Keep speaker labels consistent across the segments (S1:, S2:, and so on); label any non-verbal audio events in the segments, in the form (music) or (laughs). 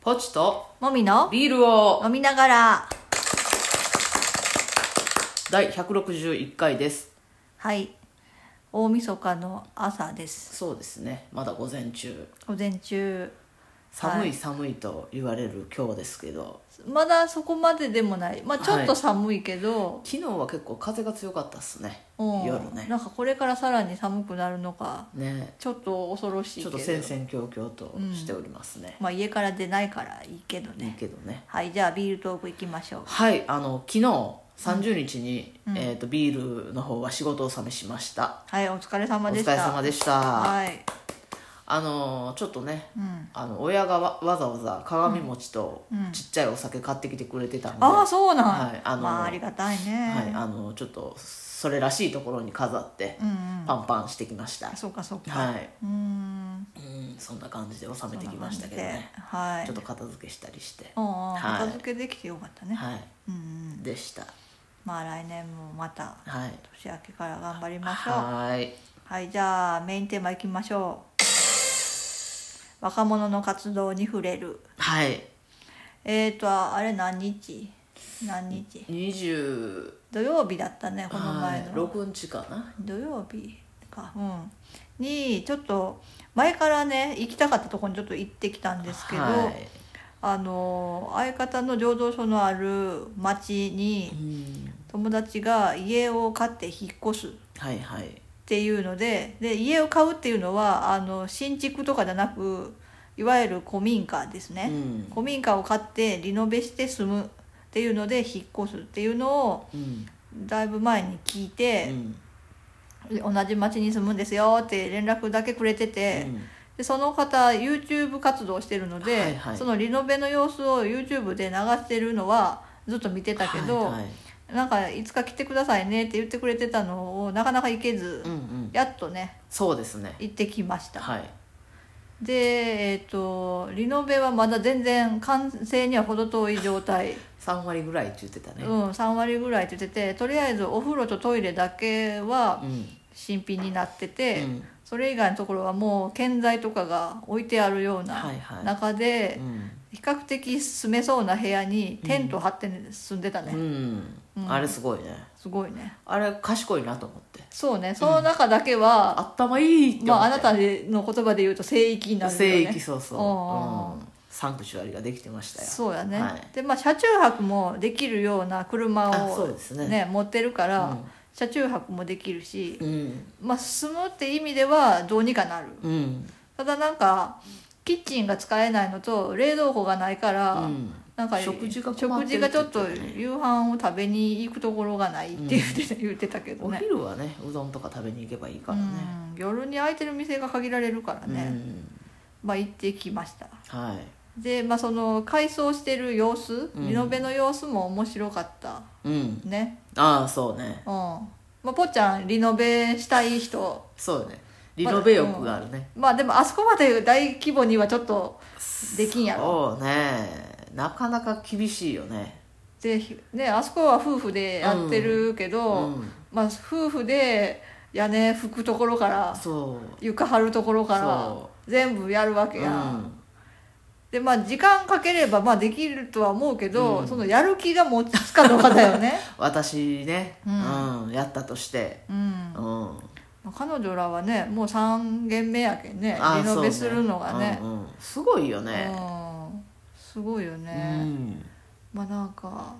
S1: ポチと
S2: もみの
S1: ビールを
S2: 飲みながら
S1: 第161回です
S2: はい大晦日の朝です
S1: そうですねまだ午前中
S2: 午前中
S1: 寒
S2: はい
S1: 寒いと言われる今日ですけど、
S2: まだそこまででもないまあちょっ
S1: は
S2: と
S1: い
S2: 寒いけど、
S1: 昨日は結構風が強かったっすね
S2: うん
S1: 夜ね
S2: なんかこれからさらに寒くなるのか
S1: ね
S2: ちょっと恐ろしい
S1: ちょ
S2: け
S1: っ
S2: ど
S1: と戦々恐々としておりますね、
S2: まあ家から出ないからいいけど
S1: いい
S2: ね
S1: けどね
S2: はいじゃあビールトーク行きましょう
S1: はいあの昨日30日に、えー、とビールの方は仕事を納めしました
S2: はいお疲れ
S1: お
S2: 様で
S1: 疲
S2: した
S1: れ様でした、
S2: はい
S1: あのちょっとね、
S2: ん
S1: あの親がわわざわざ鏡餅とちっちゃいお酒買ってきてくれてたんで、
S2: ああそうなん、
S1: はいあの
S2: まあありがたい
S1: はい、
S2: ね、
S1: あのちょっとそれらしいところに飾って
S2: うんうん
S1: パンパンしてきました、
S2: そうかそうか、
S1: はい、
S2: うーん
S1: うん、そんな感じで収めてきましたけどね
S2: そんな感じではい
S1: ちょっと片付けしたりして
S2: うんうん
S1: はい
S2: 片付けできてよかったね、
S1: はい
S2: うんうん
S1: でした
S2: まあ来年もまた
S1: はい
S2: 年明けから頑張りましょうは
S1: はい
S2: いじゃあメインテーマいきましょう若者の活動に触れる
S1: はい
S2: えーとあれ何日何日
S1: 20
S2: 土曜日だったねこの前の、
S1: 6日かな
S2: 土曜日かうんにちょっと前からね行きたかったところにちょっと行ってきたんですけど、
S1: はい
S2: あの相方の醸造所のある町に
S1: うん、
S2: 友達が家を買って引っ越すっ
S1: はいはい
S2: ていうのでで家を買うっていうのはあの新築とかじゃなくいわゆる古民家です
S1: う
S2: ね、
S1: ん
S2: 古民家を買ってリノベして住むっていうので引っ越すっていうのを
S1: うん
S2: だいぶ前に聞いうて、
S1: ん
S2: 同じ町に住むんですよって連絡だけくれてて、でその方 YouTube 活動してるので、
S1: はいはい
S2: そのリノベの様子を YouTube で流してるのはずっと見てたけど、
S1: はいはい
S2: なんかいつか来てくださいねって言ってくれてたのをなかなか行けず、
S1: うんうん、
S2: やっとね
S1: そうですね
S2: 行ってきました、
S1: はい
S2: でえっ、とリノベはまだ全然完成には程遠い状態、
S1: 3割ぐらいって言ってたね
S2: うん、3割ぐらいって言っててとりあえずお風呂とトイレだけは新品になって
S1: う
S2: て、
S1: ん
S2: それ以外のところはもう建材とかが置いてあるような
S1: はいはい
S2: 中で、
S1: うん
S2: 比較的住めそうな部屋にテント張って住んでたね、
S1: う、
S2: うんん
S1: あれすごいね
S2: すごいね
S1: あれ賢いなと思って
S2: そうねその中だけは、
S1: 頭いいって思って、
S2: まあ、あなたの言葉で言うと聖域になるよね
S1: 聖域そうそう、
S2: う
S1: う
S2: ん
S1: ん、サンクチュアリができてましたよ
S2: そうやね、
S1: はい
S2: でまあ車中泊もできるような車
S1: あ
S2: を
S1: そうですね
S2: ね持ってるから、
S1: うん
S2: 車中泊もできるし、
S1: うん
S2: まあ住むって意味ではどうにかなる
S1: うん
S2: ただなんかキッチンが使えないのと冷蔵庫がないから、
S1: うん
S2: なんか
S1: 食事が困っ
S2: 食
S1: てる
S2: 事
S1: っ
S2: が
S1: て
S2: ち
S1: 言っ
S2: ょって
S1: た
S2: と
S1: ね
S2: 夕飯を食べに行くところがないって言ってた,、言ってたけど
S1: お
S2: ね
S1: 昼はねうどんとか食べに行けばいいからね
S2: うん夜に空いてる店が限られるから
S1: うん、
S2: ね、まあ行ってきました
S1: はい
S2: で、まあ、その改装してる様子
S1: ん
S2: リノベの様子も面白かった
S1: うん
S2: ね
S1: ああそうね
S2: うん、まあ、ぽっちゃんリノベしたい人
S1: そうよねリノベ欲があるね、
S2: まあでもあそこまで大規模にはちょっとできんやろ
S1: そうねなかなか厳しいよね
S2: で、ね、あそこは夫婦でやってるけ
S1: う
S2: ど、
S1: ん
S2: まあ夫婦で屋根拭くところから
S1: そう
S2: 床張るところから
S1: そ
S2: 全部やるわけや、
S1: うん
S2: でまあ時間かければまあできるとは思うけど、そのやる気が持ちつかどうかだよ
S1: (laughs)
S2: ね
S1: 私ね、う
S2: うんん
S1: やったとして、
S2: うん、ま
S1: うん
S2: あ彼女らはねもう3軒目やけんね
S1: あ
S2: リノベ
S1: そ
S2: す
S1: う
S2: るのがね
S1: うんうんすごいよ
S2: う
S1: ね、
S2: んすごいよ
S1: う
S2: ね、
S1: ん、
S2: まあなんか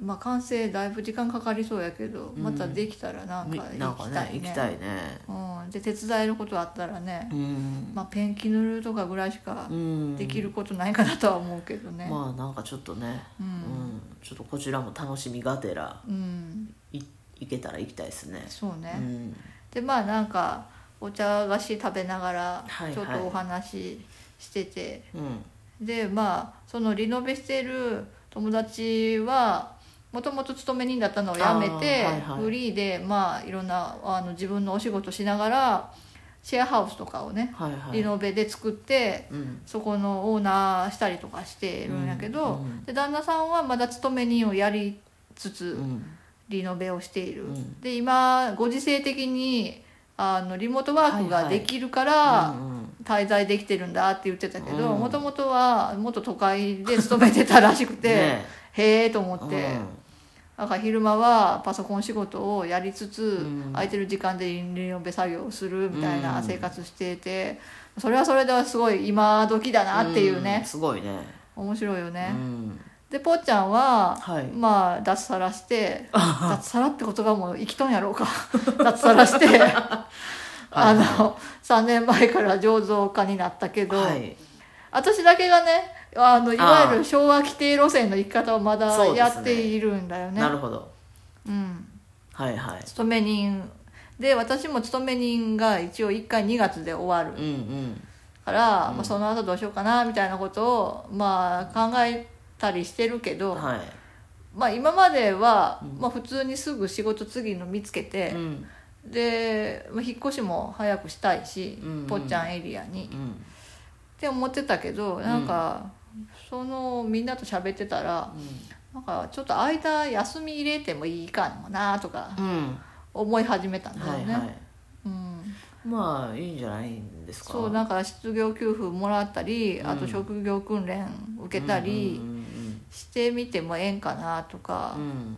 S2: まあ完成だいぶ時間かかりそうやけど
S1: うん
S2: またできたらなん
S1: み
S2: か
S1: な
S2: 行
S1: んか
S2: きた
S1: ね
S2: いね,、
S1: 行きたいね
S2: うん、で手伝えることあったらね、
S1: うん、
S2: まあ、ペンキ塗るとかぐらいしか
S1: うん、
S2: できることないかなとは思うけどね、
S1: まあなんかちょっとね、
S2: うん
S1: ちょっとこちらも楽しみがてら
S2: うん
S1: い行けたら行きたいですね
S2: そうね、
S1: うん、
S2: でまあなんかお茶菓子食べながら
S1: はいはい
S2: ちょっとお話ししてて、
S1: うん、
S2: でまあそのリノベしてる友達はもともと勤め人だったのを辞
S1: あ
S2: めて、
S1: ーはいはい
S2: フリーでまあいろんなあの自分のお仕事しながらシェアハウスとかをね
S1: はいはい
S2: リノベで作って
S1: うん
S2: そこのオーナーしたりとかしてるんやけど、
S1: うんうん
S2: で旦那さんはまだ勤め人をやりつつ、
S1: うん
S2: リノベをしている、
S1: うん
S2: で今ご時世的にあのリモートワークができるから、
S1: うんうん
S2: 滞在できてるんだって言ってたけどもともとはもっと都会で勤めてたらしくて、
S1: ね
S2: へえと思って、
S1: うん
S2: だから昼間はパソコン仕事をやりつつ、
S1: ん
S2: 空いてる時間でリノベ作業をするみたいな
S1: うん
S2: 生活してて、それはそれですごい今時だなっていう
S1: うん
S2: ね、
S1: すごいね
S2: 面白いよ
S1: う
S2: ね。
S1: ん
S2: でぽっちゃんは、
S1: はい
S2: まあ脱サラして
S1: (laughs)
S2: 脱サラって言葉も生きとんやろうか (laughs) 脱サ
S1: (laughs)
S2: ラしてあの3年前から醸造家になったけど、
S1: はい
S2: 私だけがねあのい
S1: あ
S2: わゆる昭和規定路線の生き方をまだ
S1: そうです
S2: や
S1: ね
S2: っているんだよね。
S1: なるほど
S2: うん
S1: はいはい
S2: 勤め人で私も勤め人が一応1回2月で終わる
S1: うんうん
S2: から、まあ、その後どうしようかなみたいなことをまあ考えたりしてるけど、
S1: は
S2: まあ、今までは、まあ、普通にすぐ仕事次の見つけ
S1: い
S2: て
S1: う、ん
S2: で、まあ、引っ越しも早くしたいし、
S1: うんうん
S2: ぽっちゃんエリアに、っ
S1: うん
S2: て思ってたけどなんか、そのみんなと喋ってたらなんかちょっと空いた休み入れてもいいかもなとか
S1: うん
S2: 思い始めたんだよ
S1: はい
S2: ね。
S1: は
S2: うん
S1: いまあいいんじゃないんですか
S2: そうなんか失業給付もらったり、あと職業訓練受けた
S1: う
S2: り
S1: んうん
S2: してみてもええんかなとか、
S1: うんうん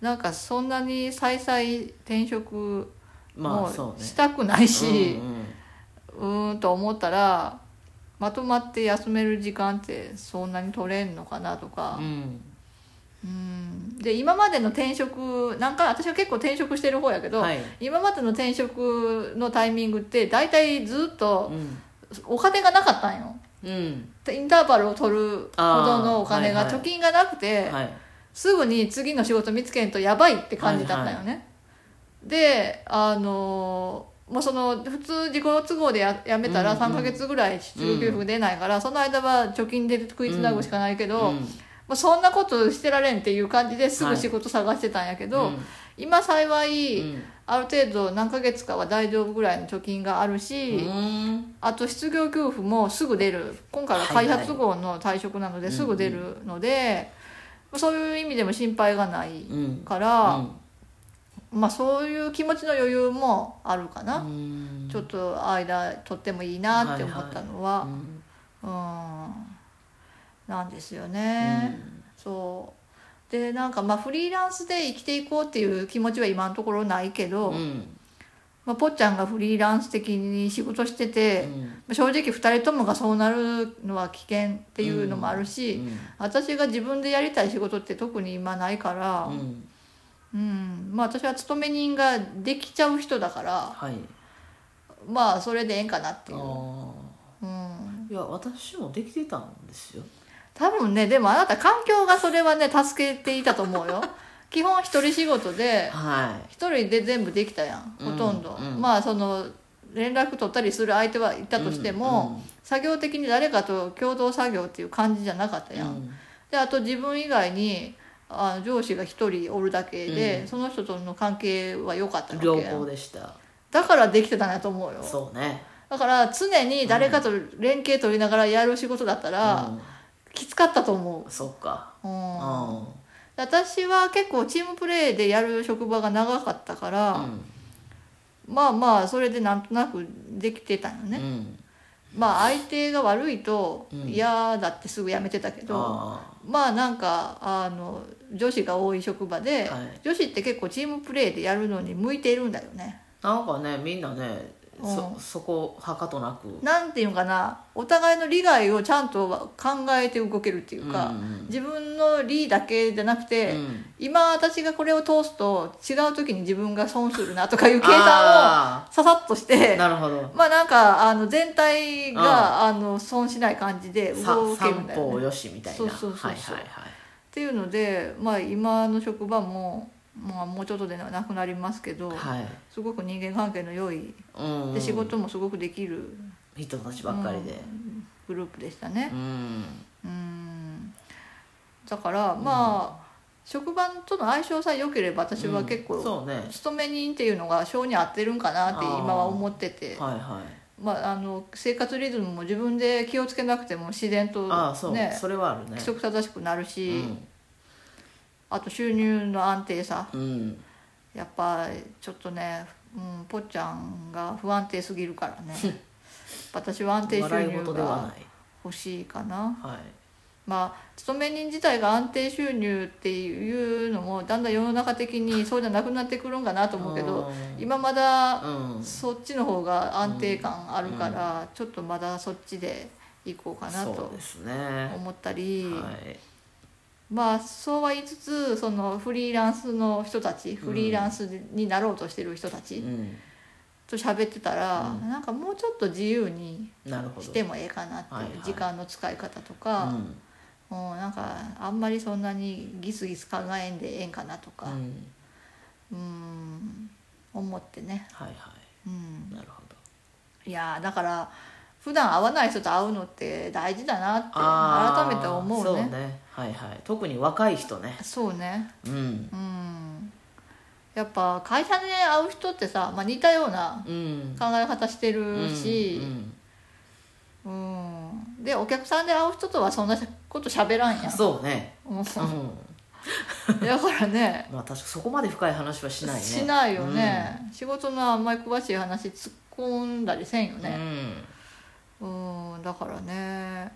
S2: なんかそんなに再々転職
S1: ま
S2: も
S1: あそうね
S2: したくないし、
S1: うんうん
S2: うーんと思ったらまとまって休める時間ってそんなに取れんのかなとか
S1: う、ん
S2: うん、で今までの転職なんか私は結構転職してる方やけど、
S1: はい
S2: 今までの転職のタイミングって大体ずっと
S1: うん
S2: お金がなかったんよ。
S1: うん
S2: インターバルを取るほどのお金
S1: あー
S2: が
S1: はいはい
S2: 貯金がなくて、
S1: はい
S2: すぐに次の仕事見つけんとやばいって感じだったよね、であのーもうその普通自己都合でややめた
S1: う
S2: ら
S1: んうん
S2: 3ヶ月ぐらい失業給付出ないから、その間は貯金で食いつなぐしかないけど、
S1: うん
S2: まあ、そんなことしてられんっていう感じですぐ仕事探してたんやけど、
S1: うん
S2: 今幸い、
S1: うん
S2: ある程度何ヶ月かは大丈夫ぐらいの貯金があるし、
S1: うん
S2: あと失業給付もすぐ出る今回は開発号の退職なので
S1: はい
S2: すぐ出るので、そういう意味でも心配がない
S1: うん
S2: から、
S1: うん
S2: まあそういう気持ちの余裕もあるかな、
S1: うん
S2: ちょっと間取ってもいいなって思ったのは、
S1: うん
S2: うんなんですよね、そうでなんかまあフリーランスで生きていこうっていう気持ちは今のところないけど、
S1: うん
S2: まあ、ぽっちゃんがフリーランス的に仕事してて、
S1: うん
S2: 正直2人ともがそうなるのは危険っていうのもあるし、
S1: うん
S2: 私が自分でやりたい仕事って特に今ないから
S1: う、ん
S2: うんまあ、私は勤め人ができちゃう人だから
S1: はい
S2: まあそれでええんかなっていう、
S1: あ
S2: うん、
S1: ーいや私もできてたんですよ
S2: 多分ねでもあなた環境がそれはね助けていたと思うよ基本一人仕事で
S1: は
S2: 一人で全部できたやんほとんど、
S1: うんうん
S2: まあその連絡取ったりする相手はいたとしても、作業的に誰かと共同作業っていう感じじゃなかった
S1: い
S2: やんであと自分以外にあ上司が一人おるだけで、その人との関係は良かったわけ
S1: 良
S2: や
S1: 好でした
S2: だからできてたんやと思うよ
S1: そうね
S2: だから常に誰かと連携取りながらやる仕事だったら、きつかったと思
S1: うんそっか
S2: う、う
S1: うん
S2: ん
S1: うん
S2: 私は結構チームプレーでやる職場が長かったから、まあまあそれでなんとなくできてたよね、
S1: うん
S2: まあ相手が悪いと
S1: うん
S2: 嫌だってすぐ辞めてたけど、
S1: あ
S2: まあなんかあの女子が多い職場で、
S1: はい
S2: 女子って結構チームプレーでやるのに向いているんだよね。
S1: ーなんかねみんなね
S2: う
S1: そそこはかとなく
S2: なんていうのかなお互いの利害をちゃんと考えて動けるっていうか、
S1: うんうん
S2: 自分の利だけじゃなくて、
S1: うん
S2: 今私がこれを通すと違う時に自分が損するなとかいう計算を
S1: あ
S2: ささっとし
S1: ー。
S2: て
S1: なるほど
S2: まあなんかあの全体があの損しない感じで
S1: さ
S2: 動けるん
S1: 三
S2: だよね。
S1: 方よしみたいな
S2: そうそうそうそう
S1: はいはいはい
S2: っていうので、まあ、今の職場も、まあ、もうちょっとでなくなりますけど、
S1: はい
S2: すごく人間関係の良い
S1: うん
S2: で仕事もすごくできる
S1: 人たちばっかりで
S2: グループでしたね。
S1: うん
S2: うんだからまあ、職場との相性さえ良ければ私は結
S1: うん
S2: 構、
S1: そうね
S2: 勤め人っていうのが性に合ってるんかなって今は思ってて
S1: はいはい
S2: まあ、あの生活リズムも自分で気をつけなくても自然と、ね、
S1: ああそうそれはあるね
S2: 規則正しくなるし、
S1: うん
S2: あと収入の安定さ
S1: うん
S2: やっ
S1: (laughs)
S2: ぱちょっとね、うん、ぽっちゃんが不安定すぎるからねやっ私は安定収
S1: 笑い
S2: 入
S1: 事では
S2: が
S1: ない
S2: 欲しいかな
S1: はい
S2: まあ勤め人自体が安定収入っていうのもだんだん世の中的にそうじゃなくなってくるんかなと思うけど今まだ
S1: うん
S2: そっちの方が安定感あるから、ちょっとまだそっちで行こうかな
S1: そ
S2: と
S1: うですね
S2: 思ったり、
S1: はい
S2: まあそうは言いつつそのフリーランスの人たちフリーランスになろうとしてる人たち
S1: うん
S2: と喋ってたら、なんかもうちょっと自由に
S1: なるほ
S2: し
S1: ど
S2: てもええかなっていう、
S1: はいはい
S2: 時間の使い方と
S1: う
S2: か、
S1: ん
S2: もうなんかあんまりそんなにギスギス考えんでええんかなと
S1: う
S2: か、
S1: ん
S2: うん、思ってね。
S1: はいはい
S2: うん
S1: なるほど
S2: いやーだから普段会わない人と会うのって大事だな
S1: あ
S2: って
S1: ー
S2: 改めて思う
S1: そう
S2: ね
S1: ねはいはい特に若い人ね
S2: そうね
S1: うん
S2: うんやっぱ会社で会う人ってさ、まあ、似たような
S1: うん
S2: 考え方してるし
S1: うんうん
S2: うん、でお客さんで会う人とはそんなこと喋らんやん
S1: そうね
S2: うん
S1: うん
S2: だからね
S1: まあ確かそこまで深い話はしないね
S2: しないよね、仕事のあんまり詳しい話突っ込んだりせんよ
S1: うんう
S2: ね
S1: ん
S2: うんだからね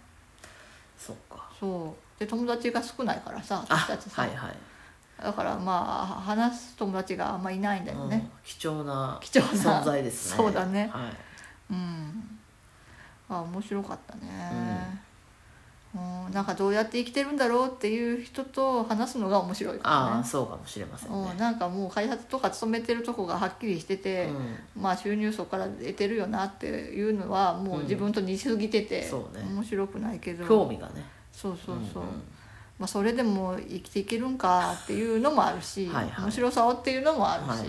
S1: そっか
S2: そうで友達が少ないからさ
S1: あ
S2: 私たちさ、
S1: はいはい
S2: だからまあ話す友達があんまいないんだよね、
S1: うん貴重な
S2: 貴重な
S1: 存在ですね
S2: そうだね
S1: はい
S2: うんあ面白かったね、うんなんかどうやって生きてるんだろうっていう人と話すのが面白い
S1: あ
S2: か
S1: あそうかもしれません
S2: らねうん
S1: ね
S2: なんかもう開発とか勤めてるとこがはっきりしてて、まあ収入層から得てるよなっていうのはもう自分と似すぎてて、
S1: そうね
S2: 面白くないけ
S1: う
S2: ど
S1: ん興味がね
S2: そうそうそう、
S1: ん
S2: まあ、それでも生きていけるんかっていうのもあるし
S1: (laughs) はいはい
S2: 面白さをっていうのもあ
S1: う
S2: る
S1: ん
S2: し、
S1: はい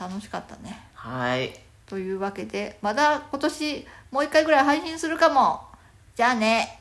S2: 楽しかったね
S1: はいはい
S2: というわけでまだ今年もう一回ぐらい配信するかもじゃあね